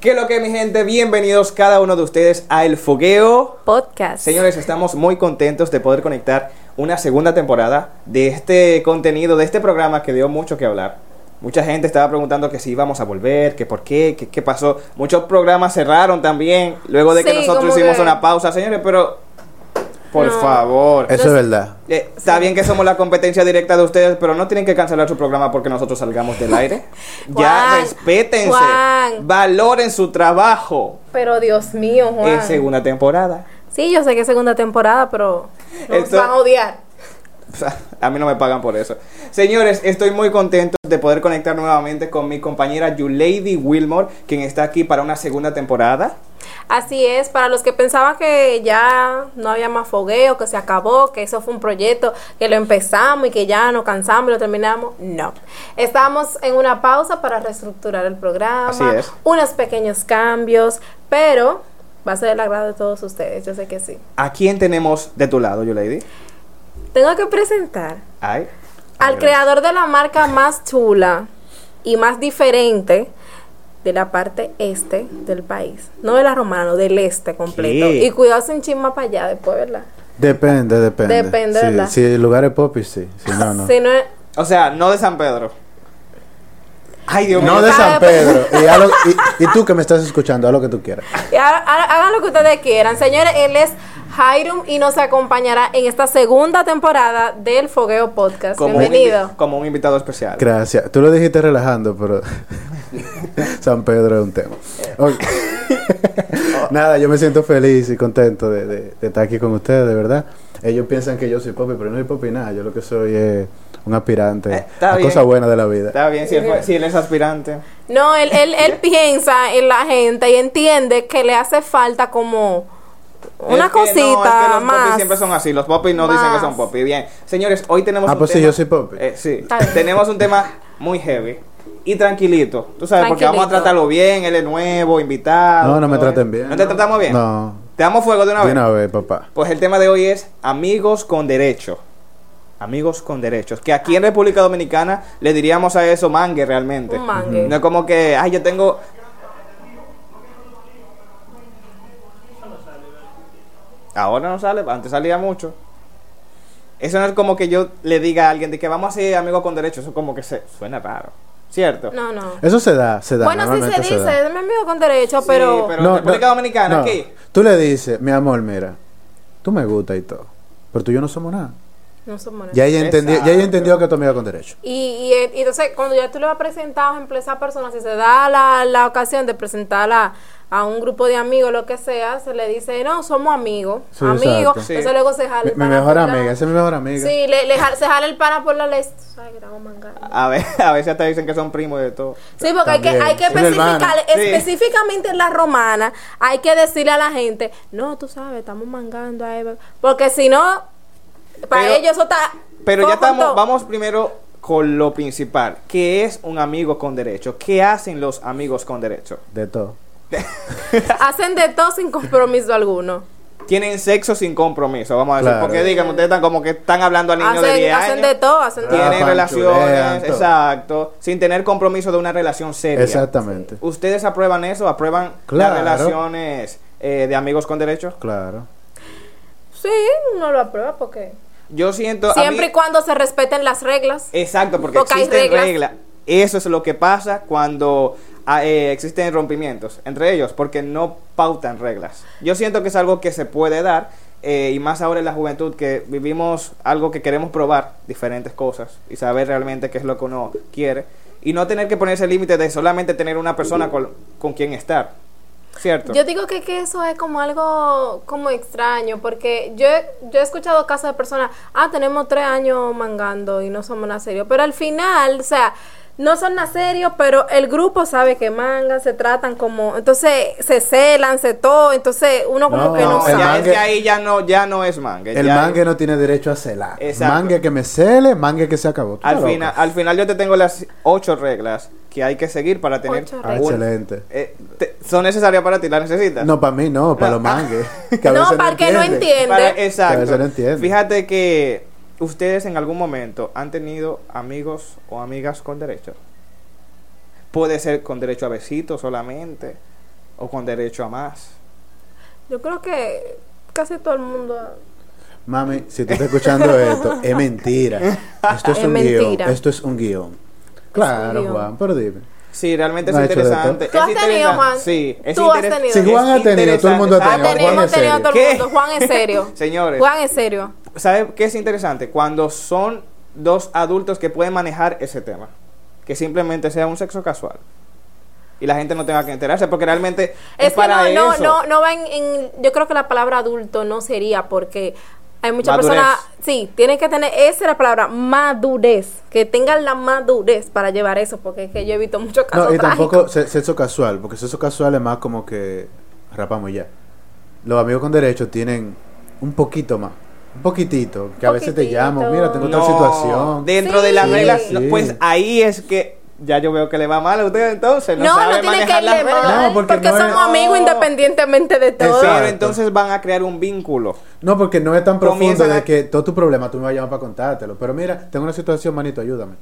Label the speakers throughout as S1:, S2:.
S1: ¿Qué lo que mi gente? Bienvenidos cada uno de ustedes a El Fogueo.
S2: Podcast.
S1: Señores, estamos muy contentos de poder conectar una segunda temporada de este contenido, de este programa que dio mucho que hablar. Mucha gente estaba preguntando que si íbamos a volver, que por qué, que qué pasó. Muchos programas cerraron también luego de que
S2: Sí,
S1: nosotros
S2: como
S1: hicimos
S2: que-
S1: una pausa, señores, pero por
S2: No.
S1: favor.
S3: Eso es verdad.
S1: Eh, está bien que somos la competencia directa de ustedes, pero no tienen que cancelar su programa porque nosotros salgamos del aire. ya
S2: Juan,
S1: respétense,
S2: Juan.
S1: valoren su trabajo.
S4: Pero Dios mío, Juan.
S1: Es segunda temporada.
S2: Sí, yo sé que es segunda temporada, pero
S4: Nos
S1: Esto-
S4: van a odiar.
S1: O sea, a mí no me pagan por eso. Señores, estoy muy contento de poder conectar nuevamente con mi compañera Yulady Wilmore, quien está aquí para una segunda temporada.
S2: así es. Para los que pensaban que ya no había más fogueo, que se acabó, que eso fue un proyecto, que lo empezamos y que ya nos cansamos y lo terminamos, no. Estamos en una pausa para reestructurar el programa,
S1: Así es.
S2: unos pequeños cambios, pero va a ser el agrado de todos ustedes, yo sé que sí.
S1: ¿A quién tenemos de tu lado, Yulady?
S2: Tengo que presentar
S1: Ay.
S2: al creador de la marca más chula y más diferente de la parte este del país. No de la romano, del este completo.
S1: ¿Qué?
S2: Y cuidado sin chisma para allá después, ¿verdad?
S3: Depende, depende.
S2: Depende,
S3: Sí,
S2: ¿verdad?
S3: Si el lugar es popis, sí. Si no, no.
S2: Si no es-
S1: O sea, no de San Pedro. Ay, Dios mío.
S3: No de
S2: Ah,
S3: San
S2: depende.
S3: Pedro. Y, haz lo- y- y tú que me estás escuchando, haz lo que tú quieras.
S2: y ha- ha- hagan lo que ustedes quieran. Señores, él es Jairum y nos acompañará en esta segunda temporada del Fogueo Podcast.
S1: Como un invi-
S2: pues, Bienvenido.
S1: como un invitado especial.
S3: Gracias. Tú lo dijiste relajando, pero San Pedro es un tema. Ok. Nada, yo me siento feliz y contento de, de- de estar aquí con ustedes, de verdad. Ellos piensan que yo soy popi, pero no soy popi nada. Yo lo que soy es un aspirante
S1: Eh, está
S3: a
S1: bien.
S3: cosas buenas de la vida.
S1: Está bien, si él, fue- si él es aspirante.
S2: No, él, él, él piensa en la gente y entiende que le hace falta como
S1: Es
S2: una
S1: que no, es
S2: cosita
S1: que los popis
S2: más.
S1: siempre son así. Los popis no dicen que
S2: Más.
S1: son popis. Bien. Señores, hoy tenemos
S3: Ah,
S1: un
S3: pues sí,
S1: tema...
S3: yo soy popi.
S1: Eh, sí.
S2: Está bien.
S1: Tenemos un tema muy heavy y tranquilito. Tú sabes, porque vamos a
S2: Tranquilito.
S1: tratarlo bien. Él es nuevo, invitado.
S3: No, no me
S1: todo
S3: traten bien.
S1: ¿No te tratamos bien?
S3: No.
S1: ¿Te damos fuego de una
S3: De
S1: vez?
S3: una vez, papá.
S1: Pues el tema de hoy es amigos con derecho. Amigos con derechos. Que aquí en República Dominicana le diríamos a eso mangue realmente.
S2: Un mangue.
S1: No es como que, ay, yo tengo. Ahora no sale, antes salía mucho. Eso no es como que yo le diga a alguien de que vamos a ser amigos con derechos. Eso como que se suena raro. ¿Cierto?
S2: No, no.
S3: Eso se da, se da.
S2: Bueno, sí se
S3: normalmente
S2: dice,
S3: da.
S2: es mi amigo con derecho,
S1: Sí,
S2: pero,
S1: pero- República Dominicana, aquí.
S3: Tú le dices, mi amor, mira, tú me gustas y todo, pero tú y yo no somos nada.
S2: no somos nada.
S3: Ya ella entendió, ya
S1: Exacto.
S3: ella entendió que es tu amiga con derecho.
S2: Y, y, eh, y entonces, cuando ya tú le vas a presentar, por ejemplo, a esa persona, si se da la, la ocasión de presentarla a un grupo de amigos, lo que sea, se le dice, no, somos amigos,
S3: Sí,
S2: amigos.
S3: exacto.
S1: Sí.
S2: Entonces luego se jala
S3: Mi,
S2: el
S3: mi
S2: pana
S3: mejor
S2: por la-
S3: amiga, esa es mi mejor amiga.
S2: Sí, le, le jala- se jala el pana por la ley. Tú sabes que estamos mangando.
S1: A, ver, a veces hasta dicen que son primos de todo.
S2: Sí, porque hay que,
S3: También.
S2: hay que
S3: Sí, del
S2: especificar,
S3: vano.
S1: Sí.
S2: específicamente en la romana, hay que decirle a la gente, no, tú sabes, estamos mangando a Eva. Porque si no, para
S1: Pero-
S2: ellos eso está...
S1: Pero
S2: todo
S1: ya estamos,
S2: junto.
S1: vamos primero con lo principal, que es un amigo con derecho. ¿Qué hacen los amigos con derecho?
S3: De todo.
S2: Hacen de todo sin compromiso alguno.
S1: Tienen sexo sin compromiso, vamos a decir,
S3: Claro.
S1: porque digan, ustedes están como que están hablando al niño de
S2: Hacen,
S1: 10 años.
S2: hacen de todo, hacen de
S1: Tienen
S3: Ah,
S1: relaciones,
S3: panchulean, todo.
S1: exacto, sin tener compromiso de una relación seria.
S3: Exactamente.
S1: ¿Ustedes aprueban eso? ¿Aprueban
S3: Claro.
S1: las relaciones eh, de amigos con derecho?
S3: Claro.
S2: Sí, no lo aprueba porque...
S1: Yo siento... a mí-
S2: Siempre y cuando se respeten las reglas.
S1: Exacto, porque,
S2: Porque hay
S1: existen reglas.
S2: reglas.
S1: Eso es lo que pasa cuando ah, eh, existen rompimientos entre ellos, porque no pautan reglas. Yo siento que es algo que se puede dar, eh, y más ahora en la juventud, que vivimos algo que queremos probar, diferentes cosas, y saber realmente qué es lo que uno quiere, y no tener que ponerse el límite de solamente tener una persona con, con quien estar. ¿Cierto?
S2: Yo digo que, que eso es como algo como extraño, porque yo, he- yo he escuchado casos de personas, ah, tenemos tres años mangando y no somos nada serios, pero al final, o sea, no son nada serios, pero el grupo sabe que mangan, se tratan como, entonces se celan, se todo, entonces uno como
S3: No,
S2: que no
S1: no,
S3: el
S1: ya
S2: sabe.
S1: es
S3: mangue-
S1: que ahí ya no, ya no es mangue.
S3: El
S1: ya-
S3: mangue no tiene derecho a celar.
S1: Exacto.
S3: Mangue que me cele, mangue que se acabó. Tú
S1: Al
S3: estás
S1: final,
S3: loca.
S1: al final yo te tengo las ocho reglas que hay que seguir para tener...
S2: Ocho
S3: Ah,
S2: reglas.
S1: un-
S3: excelente.
S1: Eh, te- ¿Son necesarias para ti? ¿Las necesitas?
S3: No, para mí no, para
S1: No,
S3: los mangues. que a
S2: No,
S3: veces
S2: para el que no entiende.
S1: Para-
S3: Pero
S1: exacto.
S3: eso no entiendo.
S1: Fíjate que ustedes en algún momento han tenido amigos o amigas con derecho. Puede ser con derecho a besitos solamente. o con derecho a más.
S2: Yo creo que casi todo el mundo.
S3: Mami, si tú estás escuchando esto, es mentira. Esto es,
S2: Es
S3: un guión.
S2: mentira.
S3: Esto es un guión. Claro,
S2: guión.
S3: Juan, pero dime.
S1: Sí, realmente es
S3: No ha hecho de
S1: interesante.
S2: todo. ¿Tú has
S1: Es
S2: tenido,
S1: interesante.
S2: Juan?
S1: Sí, es
S2: ¿Tú has
S1: interes-
S2: tenido?
S3: Si Juan
S1: es
S3: ha tenido, todo el mundo ha
S1: interesante.
S2: Ah,
S3: tenido. Juan
S2: tenemos
S3: es
S2: tenido a
S3: serio.
S2: todo
S1: ¿Qué?
S2: el mundo. Juan es serio.
S1: Señores,
S2: Juan es serio.
S1: ¿sabes qué es interesante? Cuando son dos adultos que pueden manejar ese tema. Que simplemente sea un sexo casual. Y la gente no tenga que enterarse, porque realmente es,
S2: Es que
S1: para
S2: no, no,
S1: eso.
S2: no, no va en, en- Yo creo que la palabra adulto no sería porque hay muchas
S1: Madurez.
S2: personas. Sí, tienen que tener. Esa es la palabra, madurez. Que tengan la madurez para llevar eso, porque es que yo he visto muchos casos.
S3: No, y
S2: trágicos.
S3: tampoco se- sexo casual, porque sexo casual es más como que rapamos y ya. Los amigos con derecho tienen un poquito más, un poquitito, que a veces te
S2: Poquitito.
S3: llamo, mira, tengo
S1: No,
S3: tal situación.
S1: Dentro de
S2: Sí.
S1: las
S2: Sí,
S1: reglas, no,
S3: sí.
S1: pues ahí es que ya yo veo que le va mal a ustedes entonces. No,
S2: No, no,
S1: saben
S2: tiene que
S1: manejar las
S2: irle
S1: reglas.
S2: mal,
S3: No, porque
S2: porque,
S3: no es-
S2: somos amigos
S1: No.
S2: independientemente de todo.
S1: Pero
S3: Exacto.
S1: entonces van a crear un vínculo.
S3: No, porque no es tan profundo
S1: Comienzan
S3: de
S1: a-
S3: que todo tu problema tú me vas a llamar para contártelo. Pero mira, tengo una situación, manito, ayúdame.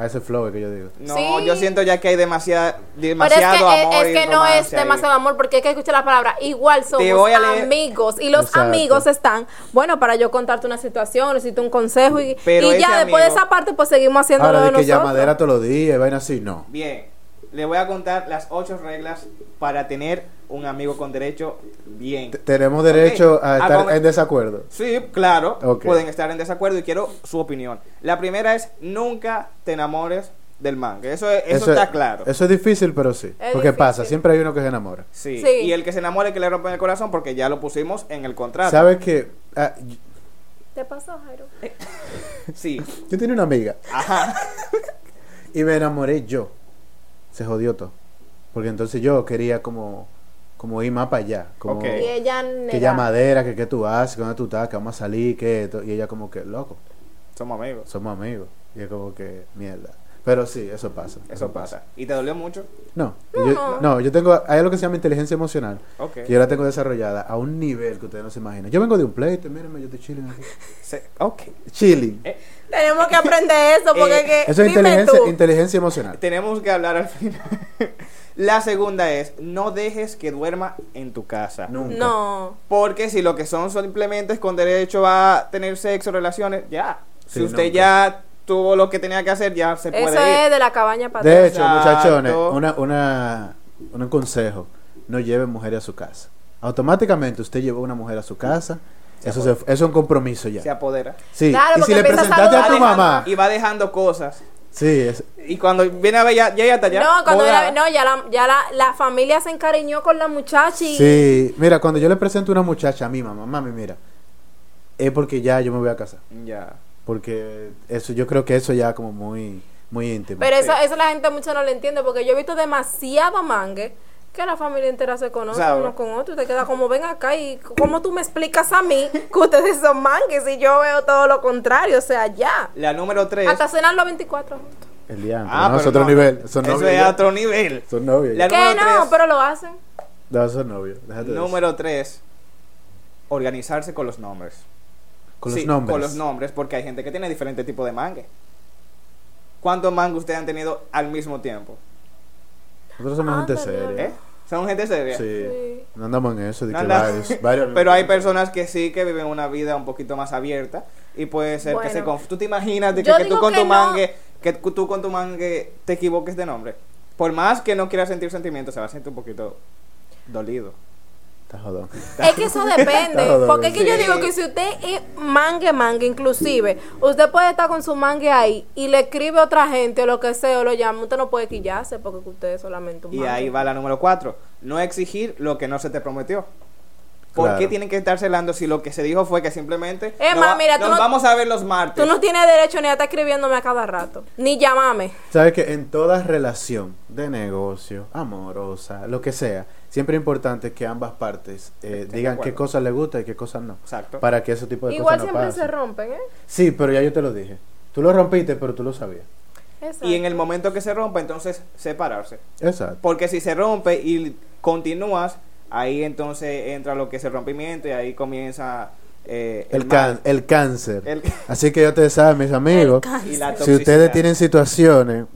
S3: A ese flow es que yo digo.
S1: No,
S2: Sí.
S1: yo siento ya que hay demasiada,
S2: Pero es que,
S1: demasiado
S2: es-
S1: amor.
S2: es
S1: y
S2: que no es
S1: romance ahí.
S2: demasiado amor, porque hay que escuchar la palabra. Igual
S1: Te
S2: somos
S1: voy a leer-
S2: amigos. Y los
S3: Exacto.
S2: amigos están, bueno, para yo contarte una situación, necesito un consejo. Y,
S1: Pero
S2: y
S1: ese
S2: ya después de
S1: amigo-
S2: esa parte, pues seguimos haciendo
S3: Ahora
S2: lo
S3: de
S2: de
S3: que
S2: nosotros.
S3: llamadera todos los días y vaina así, no.
S1: Bien, le voy a contar las ocho reglas para tener un amigo con derecho bien.
S3: T- Tenemos derecho
S1: Ok,
S3: a
S1: a
S3: estar
S1: comer-
S3: en desacuerdo.
S1: Sí, claro,
S3: Ok.
S1: pueden estar en desacuerdo y quiero su opinión. La primera es nunca te enamores del man, que eso, es- eso,
S3: es-
S1: está claro.
S3: Eso es difícil, pero sí.
S2: Es
S3: porque pasa,
S2: difícil.
S3: siempre hay uno que se enamora.
S1: Sí.
S2: Sí.
S1: y el que se enamore que le rompen el corazón porque ya lo pusimos en el contrato.
S3: ¿Sabes que ah, yo-
S2: ¿Te pasó, Jairo?
S1: Eh, Sí,
S3: Yo tenía una amiga
S1: ajá.
S3: y me enamoré yo. Se jodió todo. Porque entonces yo quería como, como ir más para allá. Como
S1: Ok.
S2: Y ella nega.
S3: que llamadera, que qué tú haces, que dónde tú estás, que vamos a salir, que esto. Y ella como que, loco,
S1: Somos amigos.
S3: somos amigos. Y es como que, mierda. Pero sí, eso pasa.
S1: Eso pasa. ¿Y te dolió mucho?
S3: No, yo-
S2: No.
S3: no, yo tengo, hay algo que se llama inteligencia emocional.
S1: Ok.
S3: Que yo la tengo desarrollada a un nivel que ustedes no se imaginan. Yo vengo de un pleito, mírenme, yo estoy chilling aquí.
S1: Se- ok.
S3: Chilling.
S1: Eh,
S2: Tenemos que aprender eso, porque
S1: Eh,
S2: es que.
S3: Eso es
S2: dime
S3: inteligencia,
S2: tú.
S3: inteligencia emocional.
S1: Tenemos que hablar al final. La segunda es, no dejes que duerma en tu casa.
S3: Nunca.
S2: No.
S1: Porque si lo que son simplemente es con derecho a tener sexo, relaciones, ya.
S3: Sí,
S1: si usted
S3: nunca.
S1: ya tuvo lo que tenía que hacer, ya se puede
S2: Eso
S1: ir.
S2: es de la cabaña para
S3: De
S2: atrás.
S3: hecho,
S1: Exacto.
S3: muchachones, una, una, un consejo. No lleven mujeres a su casa. Automáticamente usted llevó una mujer a su casa. Eso, se- eso es un compromiso ya.
S1: Se apodera.
S3: Sí.
S2: Claro,
S3: y si
S2: porque
S3: le
S2: empieza a
S3: presentaste a, tu
S2: saludar.
S3: mamá.
S1: Y va dejando cosas.
S3: Sí, es-
S1: Y cuando viene a ver, ya, ya, ya está ya.
S2: No, cuando
S1: mudada.
S2: era- no, ya, la, ya la, la familia se encariñó con la muchacha y.
S3: sí. Mira, cuando yo le presento a una muchacha a mi mamá, mami, mira, es porque ya yo me voy a casar.
S1: Ya.
S3: Porque eso, yo creo que eso ya como muy, muy íntimo.
S2: Pero eso,
S1: Sí.
S2: eso la gente mucho no lo entiende porque yo he visto demasiado mangue que la familia entera se conoce
S1: Sabe.
S2: uno con otro y te queda como ven acá y cómo tú me explicas a mí que ustedes son mangues y yo veo todo lo contrario, o sea, ya.
S1: La número tres.
S2: Hasta cenar los 24 juntos.
S3: El día antes,
S1: Ah,
S3: no, es
S1: pero
S3: otro
S1: no.
S3: nivel. Son
S1: Eso
S3: novios.
S1: es
S3: ya.
S1: otro nivel.
S3: Son novios. ya.
S1: La-
S2: Que
S1: número
S2: no,
S1: tres.
S2: pero lo hacen.
S3: No, son novios. Déjate de eso.
S1: Número tres. Organizarse con los nombres.
S3: Con
S1: Sí,
S3: los nombres.
S1: Con los nombres, porque hay gente que tiene diferente tipo de mangue. ¿Cuántos mangas ustedes han tenido al mismo tiempo?
S3: Nosotros somos gente
S2: Ándale.
S3: seria.
S1: ¿Eh? ¿Son gente seria?
S3: Sí.
S2: Sí.
S3: No andamos en eso. De
S1: No
S3: que
S1: anda-
S3: varios, varios-
S1: Pero hay personas que sí que viven una vida un poquito más abierta y puede ser que se
S2: Bueno.
S1: conf... ¿Tú te imaginas de que,
S2: Yo
S1: que tú
S2: digo
S1: con
S2: que
S1: tu
S2: no.
S1: mangue, que cu- tú con tu mangue te equivoques de nombre? Por más que no quieras sentir sentimientos, se va a sentir un poquito dolido.
S3: Está jodón.
S2: Es que eso depende.
S3: Todo
S2: Porque es que yo
S1: bien.
S2: digo que si usted es mangue, mangue, inclusive, usted puede estar con su mangue ahí y le escribe a otra gente o lo que sea o lo llama, usted no puede quillarse porque usted es solamente un
S1: Y
S2: mangue.
S1: ahí va la número cuatro. No exigir lo que no se te prometió. ¿Por
S3: Claro.
S1: qué tienen que estar celando si lo que se dijo fue que simplemente
S2: Es
S1: no
S2: más,
S1: va-
S2: mira, tú
S1: nos
S2: no-
S1: vamos a ver los martes?
S2: Tú no tienes derecho ni a estar escribiéndome a cada rato, ni llamame.
S3: Sabes que en toda relación de negocio, amorosa, lo que sea, siempre es importante que ambas partes eh,
S1: Estén de
S3: digan
S1: acuerdo.
S3: qué cosas les gusta y qué cosas no.
S1: Exacto.
S3: Para que ese tipo de
S2: Igual
S3: cosas Pues
S2: siempre
S3: no
S2: se
S3: pasen.
S2: rompen, ¿eh?
S3: Sí, pero ya yo te lo dije. Tú lo rompiste, pero tú lo sabías.
S2: Exacto.
S1: Y en el momento que se rompa, entonces separarse.
S3: Exacto.
S1: Porque si se rompe y continúas, ahí entonces entra lo que es el rompimiento y ahí comienza eh,
S3: El,
S1: mal.
S3: can- el cáncer.
S1: El-
S3: Así que ya ustedes saben, mis amigos,
S1: y la
S3: si
S1: toxicidad.
S3: ustedes tienen situaciones,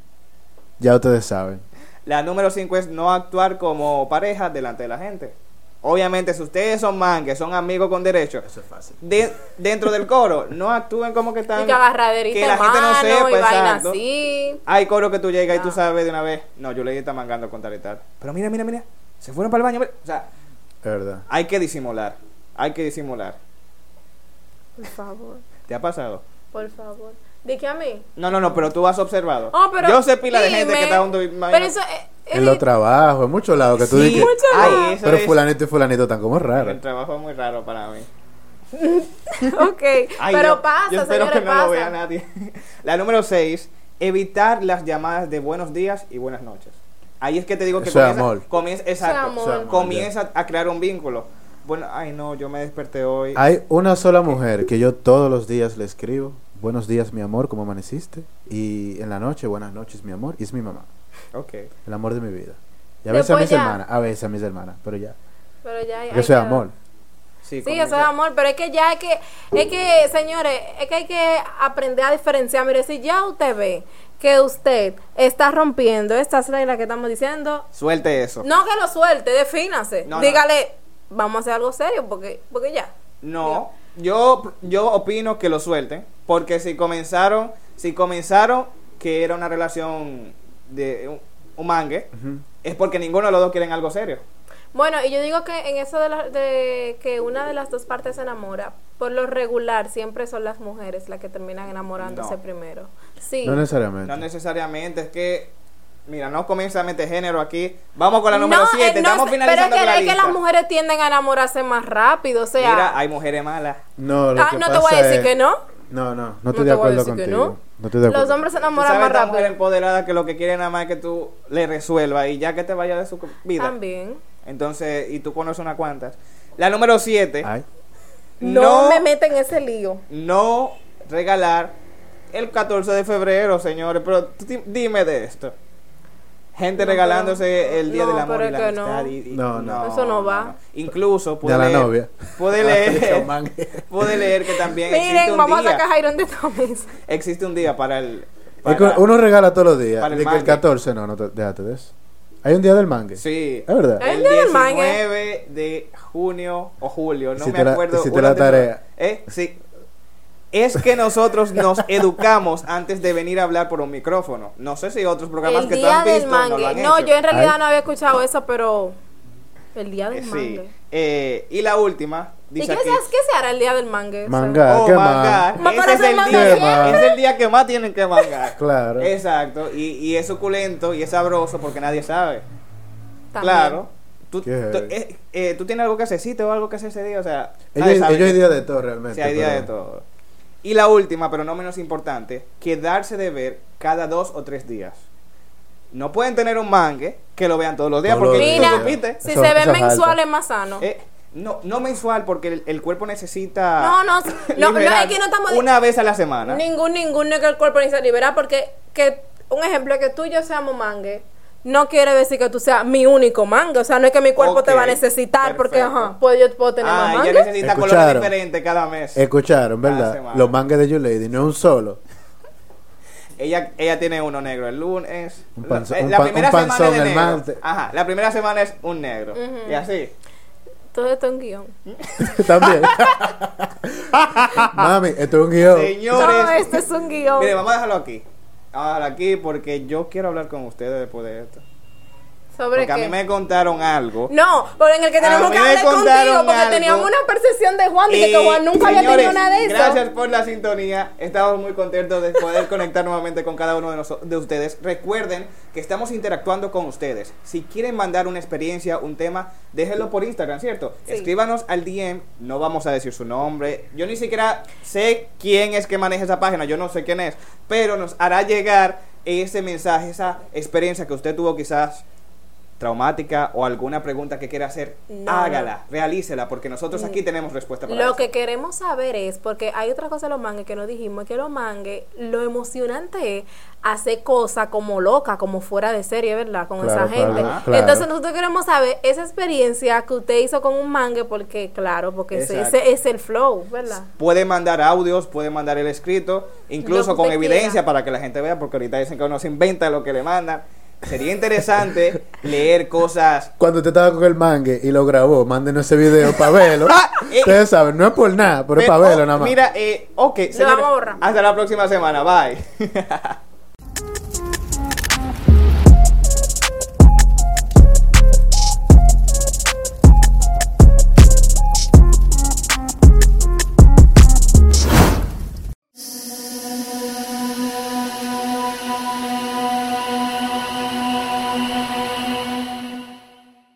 S3: ya ustedes saben.
S1: La número 5 es no actuar como pareja delante de la gente. Obviamente, si ustedes son mangues, son amigos con derecho,
S4: Eso es fácil.
S1: de- dentro del coro, no actúen como que están.
S2: Y que agarraderita
S1: que
S2: en
S1: la
S2: mano
S1: gente no sepa,
S2: y vaina
S1: exacto.
S2: así.
S1: Hay coro que tú llegas y tú
S2: Ah.
S1: sabes de una vez. No, yo le está mangando con tal y tal. Pero mira, mira, mira. Se fueron para el baño. mira. O sea,
S3: Es verdad.
S1: hay que disimular. Hay que disimular.
S2: Por favor,
S1: ¿Te ha pasado?
S2: por favor. ¿De qué a mí?
S1: No, no, no, pero tú has observado.
S2: Oh, pero
S1: Yo sé pila de
S2: dime.
S1: gente que está dando.
S2: Pero eso es- es-
S3: En los trabajos, en muchos lados que tú
S1: Sí,
S3: dices.
S2: Eh, Mucho
S1: ay,
S2: no.
S1: eso
S3: Pero
S1: es-
S3: fulanito y fulanito están como
S1: El
S3: raros.
S1: trabajo es muy raro para mí.
S2: ok,
S1: Ay,
S2: pero
S1: yo-
S2: pasa,
S1: yo espero
S2: señores,
S1: que no
S2: pasa.
S1: lo vea nadie. La número 6, evitar las llamadas de buenos días y buenas noches. Ahí es que te digo que
S3: Eso es
S1: comienza,
S3: amor.
S1: comienza- exacto,
S2: amor. Eso es amor,
S1: comienza a crear un vínculo. Bueno, ay no, yo me desperté hoy.
S3: Hay una sola
S2: eh,
S3: mujer que yo todos los días le escribo. Buenos días, mi amor, ¿cómo amaneciste? Y en la noche, buenas noches, mi amor. Y es mi mamá,
S1: Ok.
S3: el amor de mi vida. Y a veces a
S2: Después pues
S3: mis
S2: ya.
S3: hermanas, a veces a mis hermanas, pero ya.
S2: Pero ya hay-
S3: Porque
S2: hay
S3: eso es
S2: que-
S3: amor.
S1: Sí,
S2: Sí,
S1: comienza.
S2: eso es amor, pero es que ya es que, es que, señores, es que hay que aprender a diferenciar. Mire, si ya usted ve que usted está rompiendo estas reglas que estamos diciendo,
S1: Suelte eso.
S2: no que lo suelte, defínase.
S1: No, no.
S2: Dígale, vamos a hacer algo serio, porque, porque ya.
S1: No, yo, yo opino que lo suelten, porque si comenzaron, si comenzaron que era una relación de un, un mangue, es porque ninguno de los dos quieren algo serio.
S2: Bueno, y yo digo que en eso de, la- de que una de las dos partes se enamora, por lo regular siempre son las mujeres las que terminan enamorándose
S1: No.
S2: primero. Sí.
S3: No necesariamente.
S1: No necesariamente, es que, mira, no comienza a meter género aquí. Vamos con la número
S2: No,
S1: 7,
S2: eh, no,
S1: estamos finalizando
S2: pero es que,
S1: con la
S2: es que
S1: lista.
S2: las mujeres tienden a enamorarse más rápido, o sea,
S1: Mira, hay mujeres malas.
S3: No, lo
S2: Ah,
S3: que
S2: no te voy a
S3: pasa
S2: decir
S3: es-
S2: que no.
S3: No, no, no
S2: No
S3: estoy
S2: te
S3: de
S2: voy a
S3: acuerdo
S2: decir que
S3: contigo.
S2: no.
S3: No. estoy de acuerdo.
S2: Los hombres se
S1: Tú
S2: enamoran
S1: sabes
S2: más
S1: esta mujer
S2: rápido.
S1: empoderada que lo que quiere nada más es que tú le resuelvas y ya que te vaya de su vida.
S2: También.
S1: Entonces, y tú conoces unas cuantas. La número 7.
S3: Ay,
S2: No, me meten en ese lío.
S1: no regalar el 14 de febrero, señores. Pero tú di- dime de esto. Gente
S2: No,
S1: regalándose
S2: pero-
S1: el día
S2: no,
S1: del amor
S2: pero
S1: y
S2: es
S1: la
S2: que
S1: amistad.
S2: no.
S1: y- y-
S3: No, no.
S2: Eso no va.
S1: Incluso
S3: de
S1: puede
S3: a la
S1: leer,
S3: novia.
S1: Puede
S3: Son
S1: leer,
S3: mangue.
S1: puede leer que también existe
S2: Miren,
S1: un
S2: vamos
S1: día.
S2: a sacar a Iron de esta mesa.
S1: Existe un día para el.
S3: Es
S1: para-
S3: que uno regala todos los días.
S1: para el
S3: De que el
S1: mangue.
S3: 14, no, no, te- déjate de eso. Hay un día del mangue.
S1: Sí.
S3: Es verdad.
S2: Hay un
S1: El
S2: día del mangue.
S1: 19 de junio o julio, no
S3: Hiciste
S1: me
S3: la-
S1: acuerdo.
S3: hiciste
S1: una
S3: la
S1: temporada.
S3: tarea.
S1: ¿Eh? Sí. Es que nosotros nos educamos antes de venir a hablar por un micrófono. No sé si otros programas
S2: El
S1: que tú has
S2: día del
S1: visto no lo
S2: mangue.
S1: han
S2: No,
S1: hecho.
S2: yo en realidad
S3: Ay.
S2: no había escuchado eso, pero. El día
S1: Eh,
S2: del
S1: Sí.
S2: mangue.
S1: Eh, y la última,
S2: ¿Y
S1: dice
S2: qué,
S1: aquí.
S2: se- qué se hará el día del mangue? O sea,
S3: Manga,
S1: Oh,
S3: Ah, qué
S1: mangar.
S3: mal.
S2: Me
S1: Ese es
S2: parece
S1: el
S2: un
S1: día,
S3: mangar.
S1: es el día que más tienen que mangar.
S3: Claro.
S1: Exacto. Y, y es suculento y es sabroso porque nadie sabe.
S2: también.
S1: Claro. Tú,
S3: Qué
S1: tú-
S3: heavy.
S1: eh, eh, tú tienes algo que hacer, sí, tengo algo que hacer ese día. O sea, nadie
S3: Ellos,
S1: sabe
S3: ellos hay
S1: que-
S3: día de todo realmente.
S1: Sí, hay día
S3: pero-
S1: de todo. Y la última, pero no menos importante, quedarse de ver cada dos o tres días. No pueden tener un mangue que lo vean todos los días,
S3: Todos
S1: porque
S3: los
S1: tú
S3: días.
S2: Mira,
S1: supiste,
S2: si
S3: Eso-
S2: se ve
S3: eso es
S2: mensual
S3: alta.
S2: es más sano.
S1: eh, no, no mensual, porque el, el cuerpo necesita.
S2: no, no, no, no,
S1: liberar
S2: es que no estamos.
S1: Una vez a la semana.
S2: Ningún, ningún no es que el cuerpo ni se libera porque que un ejemplo es que tú y yo seamos mangue. No quiere decir que tú seas mi único mangue. O sea, no es que mi cuerpo te
S1: Ok,
S2: va a necesitar porque
S1: perfecto.
S2: ajá, pues yo puedo tener más
S1: Ah,
S2: mangue.
S1: ella necesita colores
S3: Escucharon.
S1: diferentes cada mes.
S3: Escucharon,
S1: Cada
S3: ¿verdad?
S1: semana.
S3: Los mangas de You Lady, no un solo.
S1: Ella, ella tiene uno negro el lunes.
S3: Un
S1: no,
S3: panzo-
S1: eh,
S3: un
S1: la
S3: pan-
S1: primera
S3: un
S1: semana
S3: panzón
S1: es de
S3: el
S1: negro.
S3: martes.
S1: Ajá, la primera semana es un negro.
S2: Ujú.
S1: Y así.
S2: Todo esto es un guión.
S3: También. Mami, esto es un guión.
S1: Señores.
S2: Todo esto es un guión.
S1: Mire, vamos a dejarlo aquí. Vamos a dejarlo aquí porque yo quiero hablar con ustedes después de esto.
S2: ¿Sobre
S1: Porque
S2: qué?
S1: a mí me contaron algo.
S2: No, porque en el que
S1: A
S2: tenemos
S1: mí
S2: que
S1: me
S2: hablar contigo,
S1: contaron
S2: porque
S1: algo.
S2: teníamos una percepción de Juan, de
S1: Y,
S2: que Juan nunca había tenido
S1: señores,
S2: una de esas.
S1: Gracias por la sintonía. Estamos muy contentos de poder conectar nuevamente con cada uno de, noso- de ustedes. Recuerden que estamos interactuando con ustedes. Si quieren mandar una experiencia, un tema, déjenlo por Instagram, ¿cierto?
S2: Sí.
S1: Escríbanos al DM. No vamos a decir su nombre. Yo ni siquiera sé quién es que maneja esa página. Yo no sé quién es. Pero nos hará llegar ese mensaje, esa experiencia que usted tuvo quizás traumática o alguna pregunta que quiera hacer,
S2: No.
S1: hágala, realícela, porque nosotros aquí tenemos respuesta para
S2: Lo
S1: eso.
S2: que queremos saber es, porque hay otra cosa de los mangues que no dijimos, es que los mangues, lo emocionante es hacer cosas como loca, como fuera de serie, ¿verdad? Con
S3: Claro,
S2: esa gente.
S1: claro,
S3: claro.
S2: Entonces nosotros queremos saber esa experiencia que usted hizo con un mangue, porque claro, porque ese,
S1: Exacto.
S2: ese es el flow, ¿verdad?
S1: Puede mandar audios, puede mandar el escrito,
S2: Lo
S1: incluso
S2: que
S1: con
S2: usted
S1: evidencia
S2: quiera.
S1: para que la gente vea, porque ahorita dicen que uno se inventa lo que le mandan. sería interesante leer cosas.
S3: Cuando usted estaba con el mangue y lo grabó, mándenos ese video para verlo.
S1: Ah, eh.
S3: Ustedes saben, no es por nada, pero es
S1: Pero,
S3: para verlo
S1: oh,
S3: nada más.
S1: Mira, eh, ok,
S2: vamos
S1: señores,
S2: a borrar.
S1: hasta la próxima semana, bye.